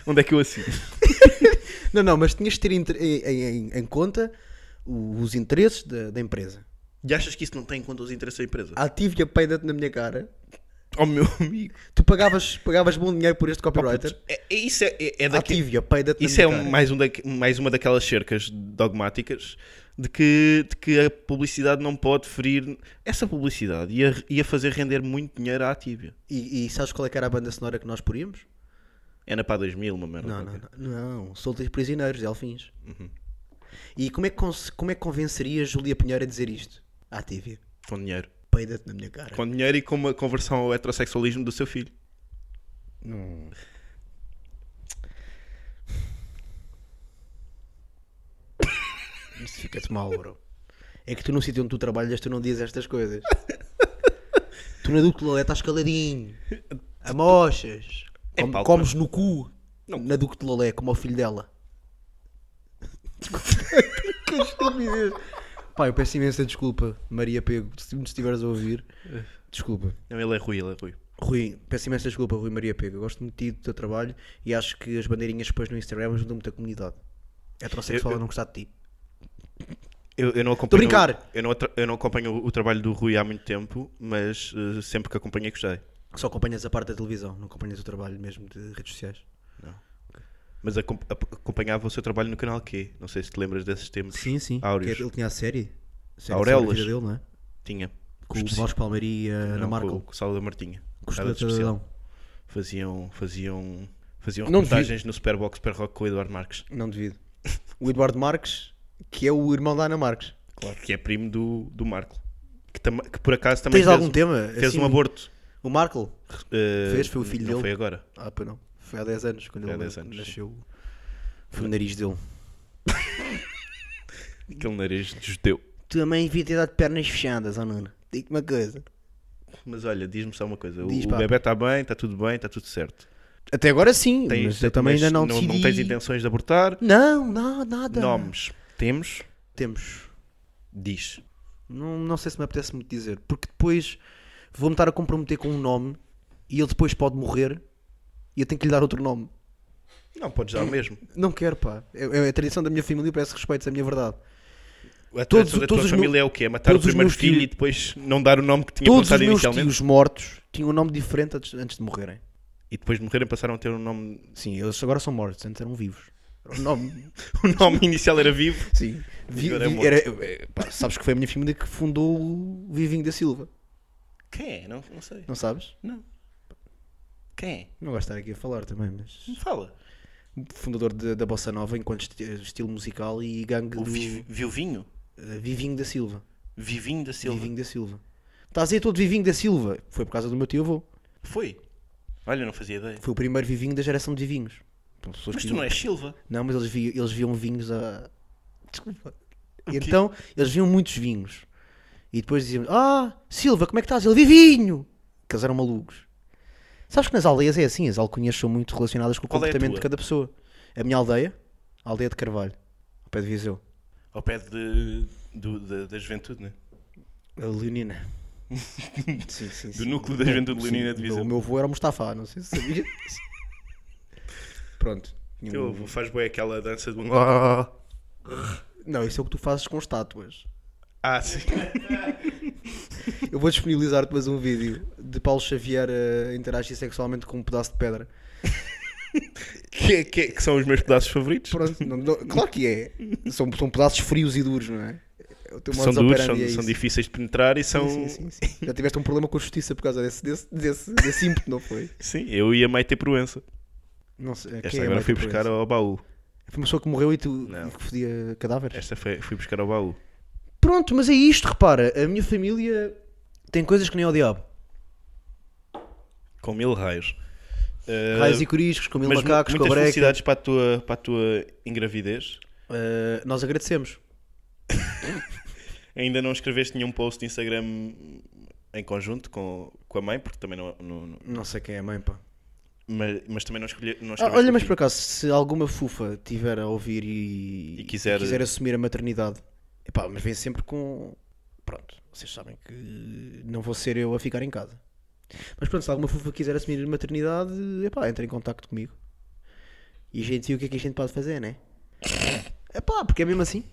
C: Onde é que eu assino?
D: Não, não, mas tinhas de ter inter- em, em- em conta o- os interesses da, da empresa.
C: E achas que isso não tem em conta os interesses da empresa?
D: A Atívia, peida-te na minha cara.
C: ao Oh, meu amigo.
D: Tu pagavas, pagavas bom dinheiro por este copywriter?
C: É, é isso é, é, é daqui-
D: Ativia, peida-te na
C: Isso é
D: minha
C: um-
D: cara.
C: mais, um daque- mais uma daquelas cercas dogmáticas de que, de que a publicidade não pode ferir. Essa publicidade ia, ia fazer render muito dinheiro à Tívia.
D: E, e sabes qual é que era a banda sonora que nós poríamos?
C: Era para 2000, uma merda.
D: Não, Uhum. não,
C: qualquer.
D: não, não. Soltos e prisioneiros, Delfins. E como é, que cons- como é que convenceria Julia Pinheiro a dizer isto? À TV.
C: Com dinheiro.
D: Peida-te na minha cara.
C: Com dinheiro e com uma conversão ao heterossexualismo do seu filho.
D: Isso fica-te mal, bro. É que tu no sítio onde tu trabalhas, tu não dizes estas coisas. tu na Ductolé estás caladinho. Amochas.
C: É
D: Com-
C: pau,
D: comes no cu. Na Ductolé, como ao filho dela. que estupidez. Pá, eu peço imensa desculpa, Maria Pego, se me estiveres a ouvir. Desculpa.
C: Não, ele é Rui, ele é Rui.
D: Rui, peço imensa desculpa, Rui Maria Pego. Eu gosto muito de ti, do teu trabalho e acho que as bandeirinhas que pões no Instagram ajudam muito a comunidade. É Heterossexual a não gostar de ti.
C: Eu, eu não acompanho.
D: brincar!
C: Eu não, atra- eu não acompanho o, o trabalho do Rui há muito tempo, mas eh, sempre que acompanhei gostei.
D: Só acompanhas a parte da televisão, não acompanhas o trabalho mesmo de redes sociais.
C: Mas acom- ap- acompanhava o seu trabalho no canal Q. Não sei se te lembras desses tempos.
D: Sim, sim.
C: Áureos.
D: Que é ele tinha a série. série
C: Auréolas.
D: sobre a vida dele, não é?
C: Tinha.
D: Com
C: Especi-
D: o Vasco Palmeiri e a Ana
C: Não,
D: Marco.
C: Com, com o Saulo da Martinha.
D: Com o
C: Nada de
D: Estudante
C: especial.
D: Cidadão.
C: Faziam, faziam, faziam
D: Não
C: reportagens no Superbox Super Rock com o Eduardo Marques.
D: Não devido. O Eduardo Marques, que é o irmão da Ana Marques.
C: Claro. Que é primo do, do Marco. Que, tama- que por acaso também
D: Tens
C: fez,
D: algum tema?
C: fez
D: assim,
C: um aborto.
D: O Marco?
C: Eh,
D: Fez? Foi o filho
C: não
D: dele?
C: foi agora.
D: Ah, pois não. Foi há 10 anos quando
C: Foi há
D: ele
C: 10 anos, sim.
D: nasceu. Foi o nariz dele.
C: Aquele nariz de judeu.
D: Tu também devia ter dado pernas fechadas, ó Nuno. Digo-te uma coisa.
C: Mas olha, diz-me só uma coisa. o-
D: Diz,
C: o
D: pá.
C: bebê está bem, está tudo bem, está tudo certo.
D: Até agora sim,
C: Tens-
D: mas eu também
C: mas
D: ainda não,
C: não,
D: decidi.
C: não tens intenções de abortar?
D: Não, não, nada.
C: Nomes. Temos?
D: Temos.
C: Diz.
D: Não, não sei se me apetece muito dizer, porque depois vou-me estar a comprometer com um nome e ele depois pode morrer e eu tenho que lhe dar outro nome.
C: Não, podes dar o mesmo.
D: Não quero, pá. É, é a tradição da minha família, parece respeito, é a minha verdade.
C: A
D: Todos-
C: tradição da
D: todos
C: tua
D: os
C: família
D: meus-
C: é o quê? É matar o
D: todos os
C: primeiro
D: meus
C: filho
D: tios-
C: e depois não dar o nome que tinha
D: Todos os
C: pensado
D: meus
C: inicialmente?
D: tios mortos tinham um nome diferente antes, antes de morrerem.
C: E depois de morrerem passaram a ter um nome...
D: Sim, eles agora são mortos, antes eram vivos. Era O nome.
C: O nome inicial era vivo.
D: Sim. Vi-
C: Agora é
D: vi-
C: morto.
D: era- é, pá, sabes que foi a minha família que fundou o Vivinho da Silva,
C: Quem é? Não, não sei.
D: não sabes?
C: Não. Quem
D: Não gosto de estar aqui a falar também, mas.
C: é? Fala.
D: Fundador de- da Bossa Nova enquanto esti- estilo musical e gangue
C: O
D: do.
C: vi Viuvinho?
D: Uh, Vivinho da Silva.
C: Vivinho da Silva.
D: Vivinho da Silva. Estás aí todo Vivinho da Silva. Foi por causa do meu tio avô.
C: Foi. Olha, não fazia ideia.
D: Foi o primeiro Vivinho da geração de Vivinhos. Então, pessoas
C: Mas
D: que
C: tu não
D: iam-
C: és Silva.
D: Não, mas eles, vi- eles viam vinhos a. Desculpa.
C: O quê?
D: Então, eles viam muitos vinhos. E depois diziam Ah, Silva, como é que estás? Ele, Vivinho! Que eles eram malucos. Sabes que nas aldeias é assim, as alcunhas são muito relacionadas com o
C: Qual é a
D: comportamento
C: tua?
D: de cada pessoa. A minha aldeia, a aldeia de Carvalho, ao pé de Viseu.
C: Ao pé de, do- da, da juventude, né?
D: A Leonina. sim, sim,
C: Do núcleo da juventude leonina de Viseu.
D: O meu avô era Mustafa, não sei se sabias. Pronto. Tinha
C: Teu
D: um-
C: avô faz bem aquela dança de um. Ah,
D: Não, isso é o que tu fazes com estátuas.
C: ah sim.
D: Eu vou disponibilizar depois um vídeo de Paulo Xavier a interagir sexualmente com um pedaço de pedra.
C: que, é, que, que são os meus pedaços favoritos.
D: Pronto, não- não- claro que é. São, são pedaços frios e duros, não é? O teu
C: São
D: modus
C: duros,
D: operandi
C: são,
D: é
C: são
D: isso.
C: difíceis de penetrar e são.
D: Sim, sim, sim, sim. Já tiveste um problema com a justiça por causa desse, desse, desse, desse ímpeto, não foi?
C: Sim, eu e a Maite Proença.
D: Não sei,
C: Esta
D: quem é
C: agora
D: Maite
C: fui buscar
D: Proença?
C: ao baú.
D: Foi uma pessoa que morreu e tu
C: Não.
D: e que fedia cadáveres?
C: Esta foi, fui buscar ao baú.
D: Pronto, mas é isto, repara. A minha família tem coisas que nem ao diabo.
C: Com mil raios. Ah,
D: Raios e coriscos, com mil
C: mas mu-
D: macacos, com a
C: muitas
D: breca.
C: felicidades para a tua, para a tua ingravidez.
D: Ah, nós agradecemos.
C: Ainda não escreveste nenhum post de Instagram em conjunto com, com a mãe, porque também não. não- não-
D: Não sei quem é a mãe, pá.
C: mas, mas também não escolhe. Não
D: Ah,
C: escreveste
D: olha, mas
C: aqui.
D: por acaso, se alguma fufa tiver a ouvir e,
C: E quiser-
D: assumir a maternidade, epá, mas vem sempre com. Pronto, vocês sabem que não vou ser eu a ficar em casa. Mas pronto, se alguma fufa quiser assumir a maternidade, epá, entra em contacto comigo. E a gente vê o que é que a gente pode fazer, né? Epá, porque é mesmo assim.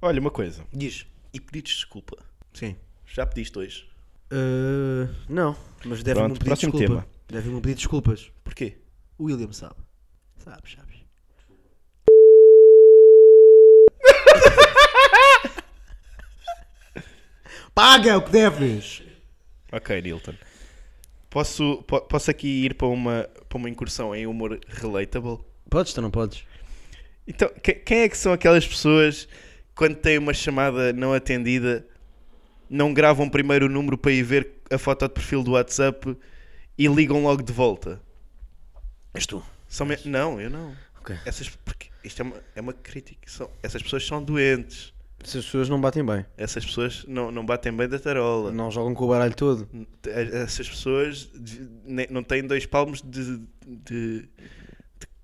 C: olha, uma coisa.
D: Diz.
C: E pediste desculpa.
D: Sim.
C: Já pediste hoje.
D: Uh, não, mas devem-me
C: Pronto,
D: pedir
C: próximo
D: desculpa.
C: tema.
D: Devem-me pedir desculpas.
C: Porquê?
D: O William sabe. Sabes, sabes. Paga o que deves!
C: Ok, Nilton. Posso, po- posso aqui ir para uma, para uma incursão em humor relatable?
D: Podes ou não podes?
C: Então, que- quem é que são aquelas pessoas quando têm uma chamada não atendida, não gravam primeiro o número para ir ver a foto de perfil do WhatsApp e ligam logo de volta?
D: És tu.
C: São me- Não, eu não.
D: Ok.
C: Essas... Porque isto é uma, é uma crítica. São... Essas pessoas são doentes.
D: Essas pessoas não batem bem.
C: Essas pessoas não, não batem bem da tarola.
D: Não jogam com o baralho todo.
C: Essas pessoas de- ne- não têm dois palmos de, de, de,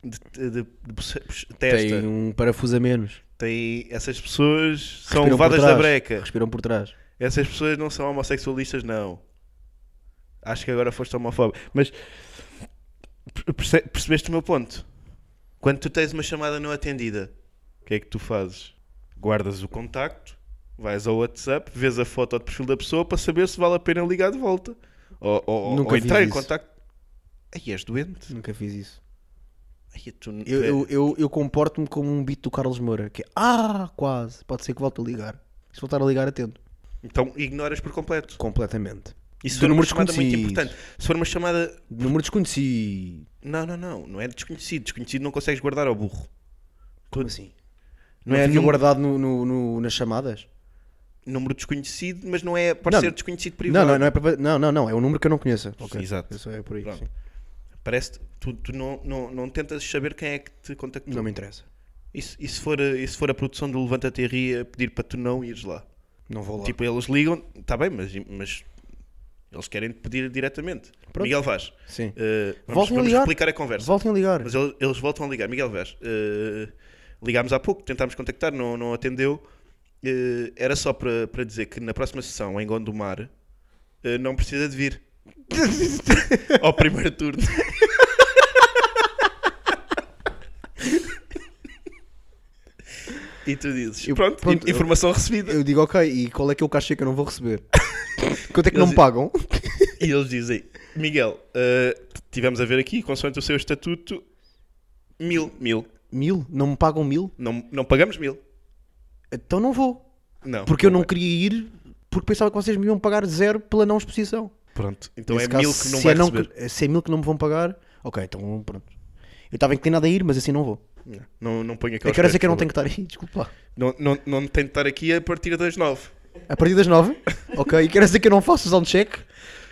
C: de- de- de buce- testa.
D: Têm um parafuso a menos.
C: Tem, essas pessoas são
D: Respiram por
C: levadas da
D: trás.
C: breca.
D: Respiram por trás.
C: Essas pessoas não são homossexualistas, não. Acho que agora foste homofóbico. Mas per- perce- percebeste o meu ponto? Quando tu tens uma chamada não atendida, o que é que tu fazes? Guardas o contacto, vais ao WhatsApp, vês a foto de perfil da pessoa para saber se vale a pena ligar de volta. Ou, ou-
D: Nunca
C: ou
D: fiz
C: entrar em
D: isso.
C: contacto. Aí és doente.
D: Nunca fiz isso.
C: Ai, tu- é-
D: Eu, eu, eu, eu comporto-me como um beat do Carlos Moura, que é Ah, quase. Pode ser que volte a ligar. Se voltar a ligar, atendo.
C: Então ignoras por completo.
D: Completamente.
C: Isso
D: De
C: foi uma
D: números
C: chamada muito
D: desconhecidos.
C: importante. Se for uma chamada
D: De número desconhecido.
C: Não, não, não. Não é desconhecido. Desconhecido não consegues guardar ao burro.
D: Como assim?
C: Não, é
D: Fica
C: número,
D: guardado no- no- no- nas chamadas?
C: número desconhecido, mas não é para
D: Não.
C: ser desconhecido
D: Não,
C: privado.
D: não, não é para... Não, não, não. É um número que eu não conheço. Ok.
C: exato.
D: Eu só é por aí.
C: Pronto.
D: sim.
C: Parece tu, tu não, não, não tentas saber quem é que te contactou.
D: Não me interessa.
C: E se, e se for, a- e se for a produção do Levanta-te e Ri a pedir para tu não ires lá?
D: Não vou lá.
C: Tipo, eles ligam, está bem, mas, mas eles querem te pedir diretamente.
D: Pronto.
C: Miguel Vaz.
D: Sim.
C: eh, vamos
D: Voltem a
C: vamos
D: ligar.
C: explicar a conversa.
D: Voltem a ligar.
C: Mas ele- eles voltam a ligar. Miguel Vaz, eh, ligámos há pouco, tentámos contactar, não, não atendeu. Eh, era só para para dizer que na próxima sessão, em Gondomar, eh, não precisa de vir. Ao primeiro turno. e tu dizes,
D: Eu-
C: pronto,
D: pronto,
C: in- informação recebida.
D: Eu digo, ok, e qual é que é o cachê que eu não vou receber? Quanto é que não me
C: Eles-
D: pagam?
C: E eles dizem, Miguel, eh, tivemos a ver aqui, consoante o seu estatuto, mil, mil.
D: Mil? Não me pagam mil?
C: Não, não pagamos mil.
D: Então não vou.
C: Não.
D: Porque eu não queria ir porque pensava que vocês me iam pagar zero pela não exposição.
C: Pronto, então
D: Nesse
C: é
D: caso,
C: mil que não
D: se
C: vai
D: é não
C: receber.
D: que- se é mil que não me vão pagar, ok, então pronto. Eu estava inclinado a ir, mas assim não vou.
C: Não, não, não ponho
D: Eu
C: aquelas
D: quero
C: coisas,
D: dizer É que eu não
C: por
D: tenho que estar aí, desculpa lá.
C: favor. Não, não, não tenho de estar aqui a partir das nove.
D: A partir das nove, ok, e quero dizer que eu não faço o soundcheck.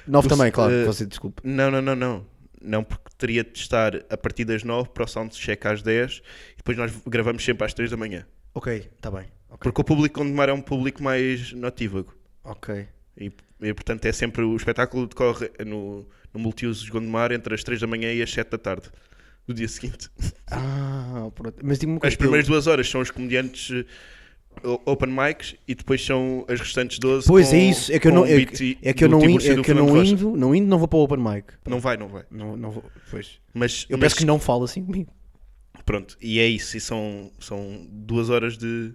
D: Nove
C: Você-
D: também, claro,
C: eh,
D: você desculpe.
C: Não, não, não, não. Não, porque teria de estar a partir das nove para o soundcheck às dez e depois nós gravamos sempre às três da manhã.
D: Ok, está bem. Ok.
C: Porque o público de Mar é um público mais notívago.
D: ok.
C: E, e, portanto é sempre o espetáculo decorre no, no multiuso de Gondomar entre as 3 da manhã e as 7 da tarde do dia seguinte.
D: Ah, pronto. Mas diga-me uma coisa.
C: As primeiras duas horas são os comediantes eh, o- open mics e depois são as restantes 12.
D: Pois
C: com-
D: é isso, é que eu
C: com
D: não,
C: um
D: é,
C: beat
D: que- é que eu
C: do
D: não,
C: Timur
D: in-
C: Sim
D: é
C: do
D: que eu
C: Fernando
D: não
C: Rocha.
D: indo, não indo, não vou para o open mic.
C: Não vai, não vai.
D: Não, não vou. Pois.
C: Mas,
D: Eu
C: mas
D: peço que não fale assim comigo.
C: pronto, e é isso. E são, são duas horas de, de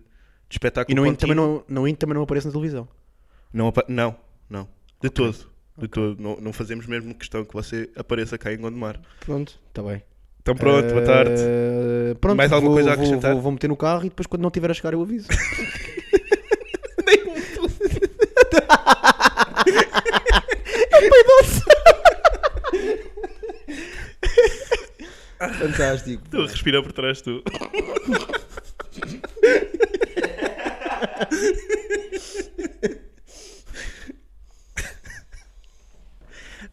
C: espetáculo.
D: E não indo, também
C: contínuo.
D: não, não indo, também não apareço na televisão.
C: Não, apa- não, não. De todo. De todo. Não, não fazemos mesmo questão que você apareça cá em Gondomar.
D: Pronto, está bem.
C: Então pronto, boa tarde.
D: Eh, pronto,
C: Mais alguma
D: vou,
C: coisa a
D: vou-
C: acrescentar?
D: Vou, vou meter no carro e depois quando não tiver a chegar eu aviso. Fantástico.
C: Estou a respirar por trás de tu.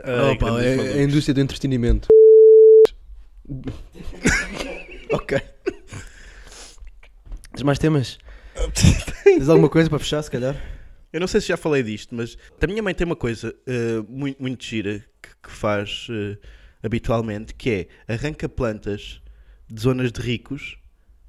C: Ai,
D: Opa,
C: grande
D: é- é,
C: maluco.
D: a indústria do entretenimento. ok. Tens mais temas? Tens alguma coisa para fechar, se calhar?
C: Eu não sei se já falei disto, mas a minha mãe tem uma coisa eh, muito, muito gira que, que faz eh, habitualmente, que é arranca plantas de zonas de ricos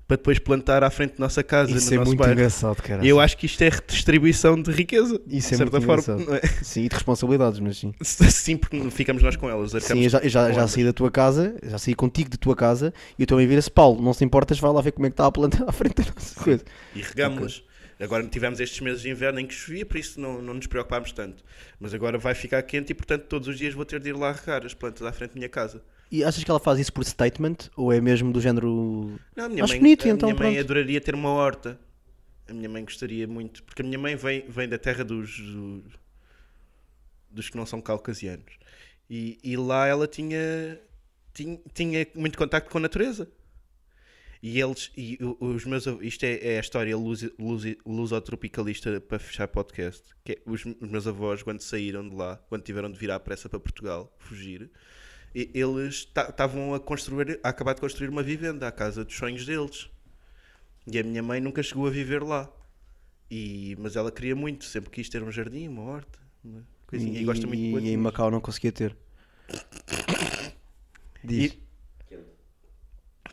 C: para depois plantar à frente da nossa casa, no nosso bairro.
D: é engraçado, cara.
C: E Eu acho que isto é redistribuição de riqueza,
D: Isso
C: de
D: é
C: certa
D: muito
C: forma.
D: engraçado.
C: não é?
D: Sim, e de responsabilidades, mas sim.
C: Sim, porque não ficamos nós com elas.
D: Sim,
C: arcamos
D: eu já, eu já-
C: com
D: já
C: elas.
D: saí da tua casa, já saí contigo de tua tá casa e o teu mãe vira-se, Paulo, não se importas, vai lá ver como é que está a planta à frente da nossa coisa.
C: E regámos-las. Agora tivemos estes meses de inverno em que chovia, por isso não, não nos preocupámos tanto. Mas agora vai ficar quente e, portanto, todos os dias vou ter de ir lá regar as plantas à frente da minha casa.
D: E achas que ela faz isso por statement? Ou é mesmo do género.
C: Não, a minha
D: Acho
C: mãe,
D: bonito,
C: a
D: então,
C: minha mãe
D: pronto.
C: adoraria ter uma horta. A minha mãe gostaria muito, porque a minha mãe vem, vem da terra dos, do- dos que não são caucasianos. E, e lá ela tinha, tinha, tinha muito contacto com a natureza. E eles, e o- os meus, av- isto é, é a história lusi- lusi- lusotropicalista para fechar podcast. Que é, os, os meus avós, quando saíram de lá, quando tiveram de vir à pressa para Portugal, fugir, e- eles ta- estavam a construir, a acabar de construir uma vivenda, a casa dos sonhos deles. E a minha mãe nunca chegou a viver lá. E, mas ela queria muito, sempre quis ter um jardim, uma horta, uma coisinha. E, gosta muito de
D: e
C: plantas.
D: em Macau não conseguia ter. Diz.
C: E-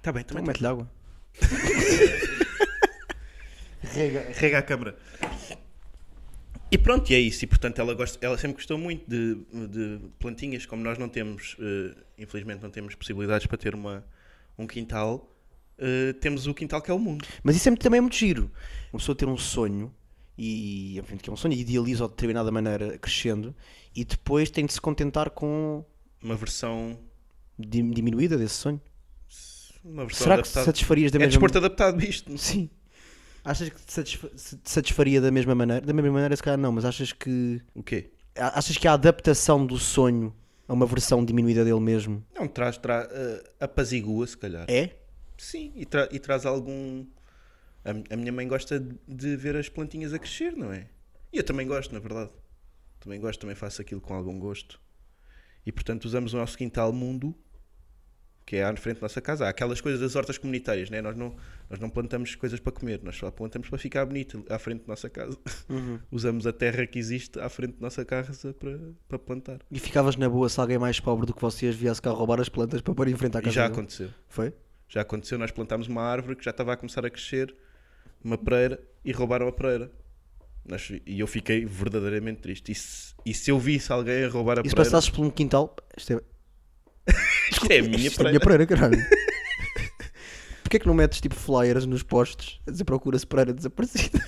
C: Tá bem, também
D: Então mete-lhe água.
C: Rega a câmara. E pronto, e é isso. E portanto ela, gosta, ela sempre gostou muito de, de plantinhas, como nós não temos, eh, infelizmente não temos possibilidades para ter uma, um quintal, eh, temos o quintal que é o mundo.
D: Mas isso é muito- também é muito giro. Uma pessoa ter um sonho e e, obviamente que é um sonho e idealiza de determinada maneira crescendo e depois tem de se contentar com
C: Uma versão.
D: dim- diminuída desse sonho.
C: Uma versão
D: Será que
C: adaptada.
D: satisfarias da
C: É
D: mesma
C: desporto adaptado isto.
D: Sim. Achas que te, satisfa- se te satisfaria da mesma maneira? Da mesma maneira, se calhar não, mas achas que
C: O quê?
D: a- achas que a adaptação do sonho a uma versão diminuída dele mesmo
C: Não, traz, traz eh, apazigua se calhar.
D: é?
C: Sim, e, tra- e traz algum. A, mi- a minha mãe gosta de, de ver as plantinhas a crescer, não é? E eu também gosto, na verdade. Também gosto, também faço aquilo com algum gosto. E portanto usamos o nosso quintal mundo, que é à frente da nossa casa. Há aquelas coisas das hortas comunitárias, né? nós, não, nós não plantamos coisas para comer, nós só plantamos para ficar bonito à frente da nossa casa. Usamos a terra que existe à frente da nossa casa para, para plantar.
D: E ficavas na boa se alguém mais pobre do que vocês viesse cá roubar as plantas para pôr em frente à casa
C: E já
D: dele?
C: aconteceu.
D: Foi?
C: Já aconteceu, nós plantámos uma árvore que já estava a começar a crescer, uma preira, e roubaram a preira. Nós- e eu fiquei verdadeiramente triste. E se, e se eu visse alguém a roubar a
D: E se
C: preira,
D: passasses por um quintal... Isto é,
C: isto é a minha
D: Isto é a
C: preira.
D: minha pereira, caralho. Porquê é que não metes tipo flyers nos postes a dizer procura-se pereira desaparecida?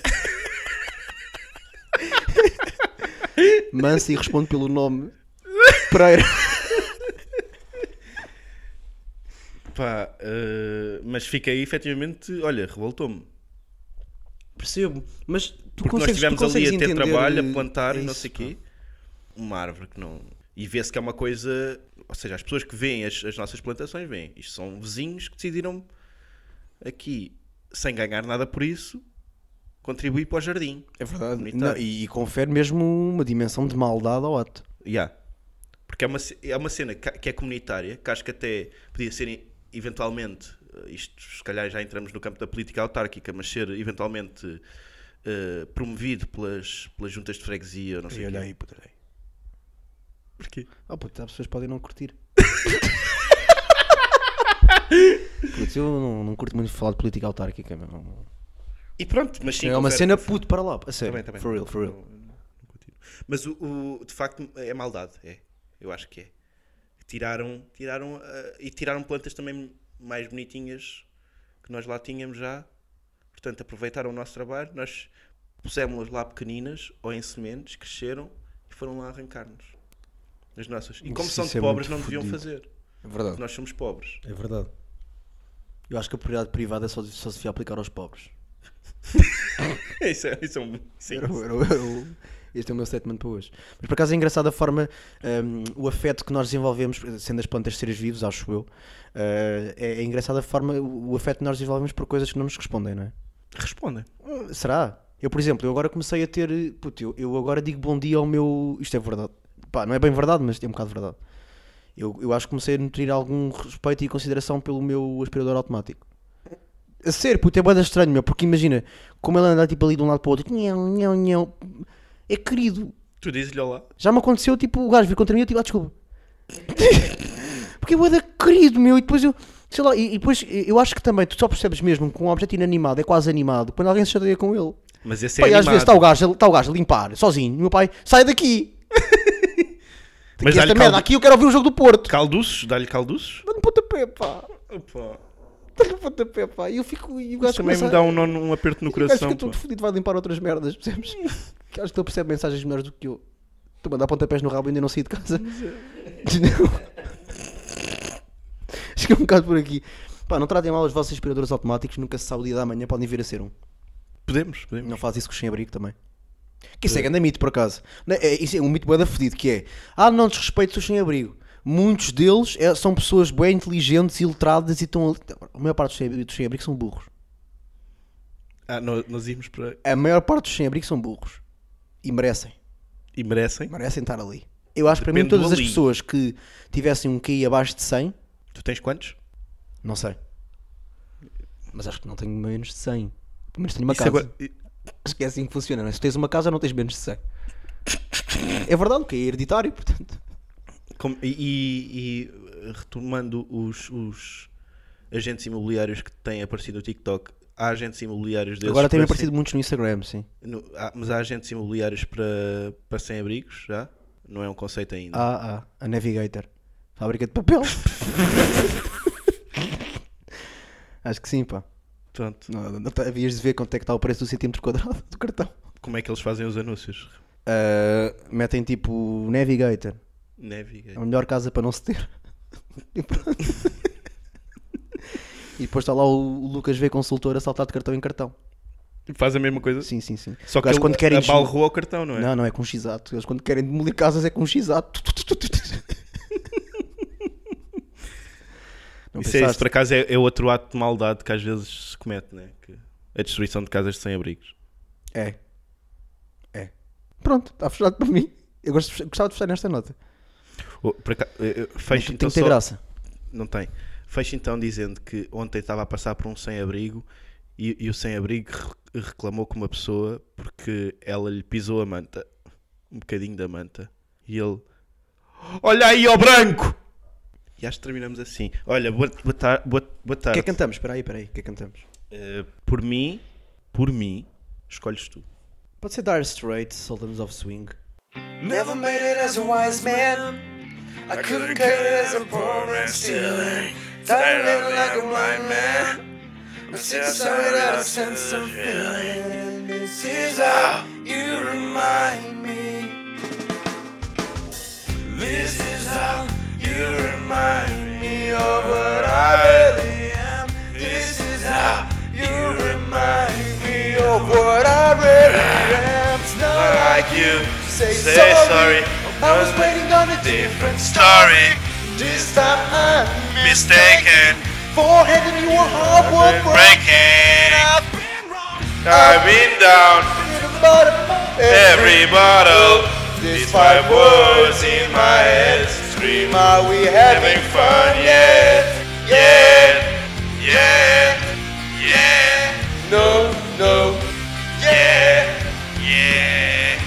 D: Mansa e responde pelo nome Pereira.
C: Pá, eh, mas fiquei efetivamente, olha, revoltou-me.
D: Percebo, mas
C: Porque
D: tu
C: nós
D: consegues,
C: estivemos
D: tu
C: ali
D: consegues
C: a ter
D: entender,
C: trabalho,
D: eh,
C: a plantar
D: é
C: e não
D: isso,
C: sei o quê. Uma árvore que não. E vê-se que é uma coisa. Ou seja, as pessoas que veem as, as nossas plantações veem. Isto são vizinhos que decidiram aqui, sem ganhar nada por isso, contribuir para o jardim.
D: É verdade.
C: Comunitário.
D: Não, e, e confere mesmo uma dimensão de maldade ao ato.
C: Yeah. Porque é uma, ce- é uma cena ca- que é comunitária, que acho que até podia ser e- eventualmente, eh, isto se calhar já entramos no campo da política autárquica, mas ser eventualmente eh, promovido pelas, pelas juntas de freguesia, ou não sei o quê.
D: poderei.
C: Porquê?
D: Oh puto, as pessoas podem não curtir. Putz, eu não, não curto muito falar de política autárquica. meu.
C: E pronto, mas sim,
D: é uma
C: confere-
D: cena puto para lá. A sério.
C: Tá bem, tá bem.
D: For real, for real.
C: Não continuo. Mas o, o- de facto é maldade, é. Eu acho que é. Tiraram, tiraram eh, e tiraram plantas também mais bonitinhas que nós lá tínhamos já. Portanto, aproveitaram o nosso trabalho, nós pusemos-las lá pequeninas ou em sementes, cresceram e foram lá arrancar-nos. As nossas. E como
D: Isso-
C: são
D: isso
C: de
D: é
C: pobres,
D: muito
C: não deviam
D: fodido.
C: fazer.
D: É verdade.
C: Nós somos pobres.
D: É verdade. Eu acho que a propriedade privada só, só se devia aplicar aos pobres.
C: isso, é, isso é um. Sim.
D: Era o- era o- era o- este é o meu statement para hoje. Mas por acaso é engraçada a forma, hum, o afeto que nós desenvolvemos, sendo as plantas seres vivos, acho eu, uh, é, é engraçada a forma, o, o afeto que nós desenvolvemos por coisas que não nos respondem, não é?
C: Respondem.
D: Hum, Será? Eu, por exemplo, eu agora comecei a ter. Puto, eu, eu agora digo bom dia ao meu. Isto é verdade. Pá, não é bem verdade, mas é um bocado verdade. Eu, eu acho que comecei a nutrir algum respeito e consideração pelo meu aspirador automático. A sério, puto, é bada estranho, meu, porque imagina, como ele anda tipo ali de um lado para o outro, nhão, nhão, nhão, é querido.
C: Tu dizes-lhe olá.
D: Já me aconteceu, tipo, o gajo vir contra mim e eu tipo, ah, desculpa. Porque é boeda querido, meu, e depois eu, sei lá, e, e depois eu acho que também, tu só percebes mesmo que um objeto inanimado é quase animado quando alguém se chateia com ele.
C: Mas esse
D: Pá, e
C: é
D: às vezes
C: animado.
D: está o, gajo, tá o gajo a limpar, sozinho, e o meu pai, sai daqui!
C: Mas
D: que esta
C: dá-lhe
D: merda
C: caldu...
D: aqui eu quero ouvir o jogo do Porto!
C: calduços? Dá-lhe calduços?
D: Manda um pontapé, pá!
C: Opa.
D: dá-lhe um pontapé, pá. E eu fico. E o gajo
C: Isso também
D: começa
C: me
D: a-
C: dá um, nó- um aperto no
D: O gajo
C: coração. pá.
D: fica todo fodido, vai limpar outras merdas, percebes? que acho que ele percebe mensagens melhores do que eu. Estou a mandar pontapés no rabo e ainda não saí de casa.
C: é.
D: Cheguei um bocado por aqui. Pá, não tratem mal os vossos aspiradores automáticos, nunca se sabe o dia da manhã, podem vir a ser um.
C: Podemos, podemos.
D: Não faz isso com os sem abrigo também. Que isso é grande mito, por acaso. Não, é, isso é um mito bué da fedido, que é... Ah, não desrespeito os sem abrigo. Muitos deles é- são pessoas bem inteligentes e letradas e estão... ali- A maior parte dos sem- dos sem abrigo são burros.
C: Ah, nó- nós íamos para.
D: A maior parte dos sem-abrigo são burros. E merecem.
C: E merecem.
D: Merecem estar ali. Eu acho que para mim
C: Depende do
D: todas as
C: ali.
D: pessoas que tivessem um QI abaixo de 100,
C: Tu tens quantos?
D: não sei. Mas acho que não tenho menos de 100. Pelo menos tenho uma
C: Isso é
D: casa.
C: agora- e-
D: Acho que é assim que funciona. não é? Se tens uma casa, não tens menos de 100. É verdade, o QI é hereditário, portanto.
C: como- e, e- e, retomando os, os agentes imobiliários que têm aparecido no TikTok, há agentes imobiliários desses. Hum.
D: Agora tem
C: para
D: aparecido muitos no Instagram, sim.
C: sem- no- há- mas há agentes imobiliários para, para sem-abrigos já? Não é um conceito ainda.
D: Ah, ah, a Navigator. Fábrica de papel. acho que sim, pá.
C: Portanto,
D: Não, não, não, havias de ver quanto é que está o preço do centímetro quadrado do cartão.
C: como é que eles fazem os anúncios?
D: Uh, metem tipo Navigator,
C: Navigate.
D: é a melhor casa para não se ter. E pronto. E depois está lá o Lucas V consultor a saltar de cartão em cartão.
C: Faz a mesma coisa?
D: Sim, sim, sim.
C: Só
D: O
C: que
D: gajo
C: ele
D: quando querem
C: abalrou ao cartão, não é?
D: Não, não é com x-ato. Eles quando querem demolir casas é com x-ato. Não
C: isso, é, isso
D: pensaste?
C: por acaso é, é outro ato de maldade que às vezes se comete, né? Que a destruição de casas sem abrigos.
D: É. É. Pronto, está fechado para mim. Eu gosto de fechar- gostava de fechar nesta nota.
C: Oh, por aca- eh, eh, Fecho
D: Tem
C: então
D: que ter
C: só-
D: graça.
C: Não tem. Fecho então dizendo que ontem estava a passar por um sem-abrigo e, e o sem-abrigo re- reclamou com uma pessoa porque ela lhe pisou a manta. Um bocadinho da manta. E ele. Olha aí ao branco! E acho que terminamos assim. Olha, boa, boa, tar- boa, boa
D: O que
C: tarde.
D: é que cantamos? Espera aí, espera aí. O que é que cantamos?
C: Eh, por mim, por mim, escolhes tu.
D: Pode ser Dire Straits, Sultans of Swing.
E: Never made it as a wise man. I couldn't cut it as a poor man stealing. Tired of living like a blind man. But since I started out a sense of feeling. And this is how you remind me. This is how you remind me of what I really am. This is how you remind me of what I really am. It's not like you say, É, sorry. I was waiting on a different story. This time I'm mistaken. For having your heart was breaking. I've been wrong. I've been down. Every bottle. These five words in my head scream, are we having fun yet? Yet, yet, yet. No, no. Yeah, yeah,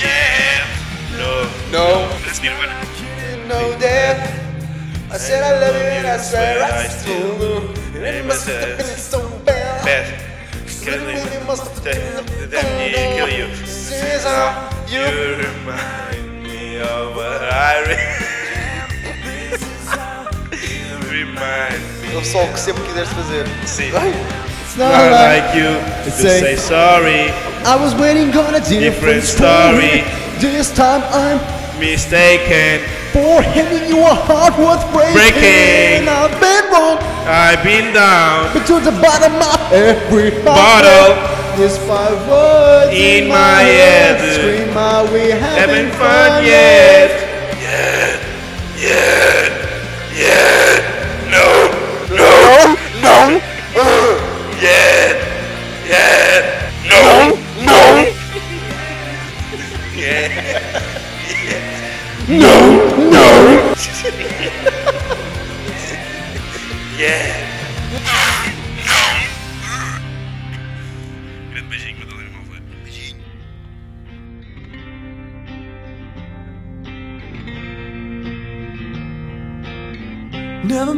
E: yeah. No, no. Let's be one. No death. I said I love you and I swear I still do. And it must have been so bad. Cause it really must have been kill you. Since I, you remind me of what I really remind me.
D: Eu É só o que sempre quiseres fazer.
E: See,
D: It's not
E: I
C: é.
D: like
E: like you to
D: Say-
E: say sorry.
D: I was waiting on a different
E: Different story.
D: story. This time I'm
E: Mistaken.
D: for having your heart was breaking.
E: Breaking.
D: I've been wrong,
E: I've been down.
D: but to the bottom of every
E: Bottle.
D: This five words
E: In my head.
D: Scream, are we having,
E: Having fun yet? Never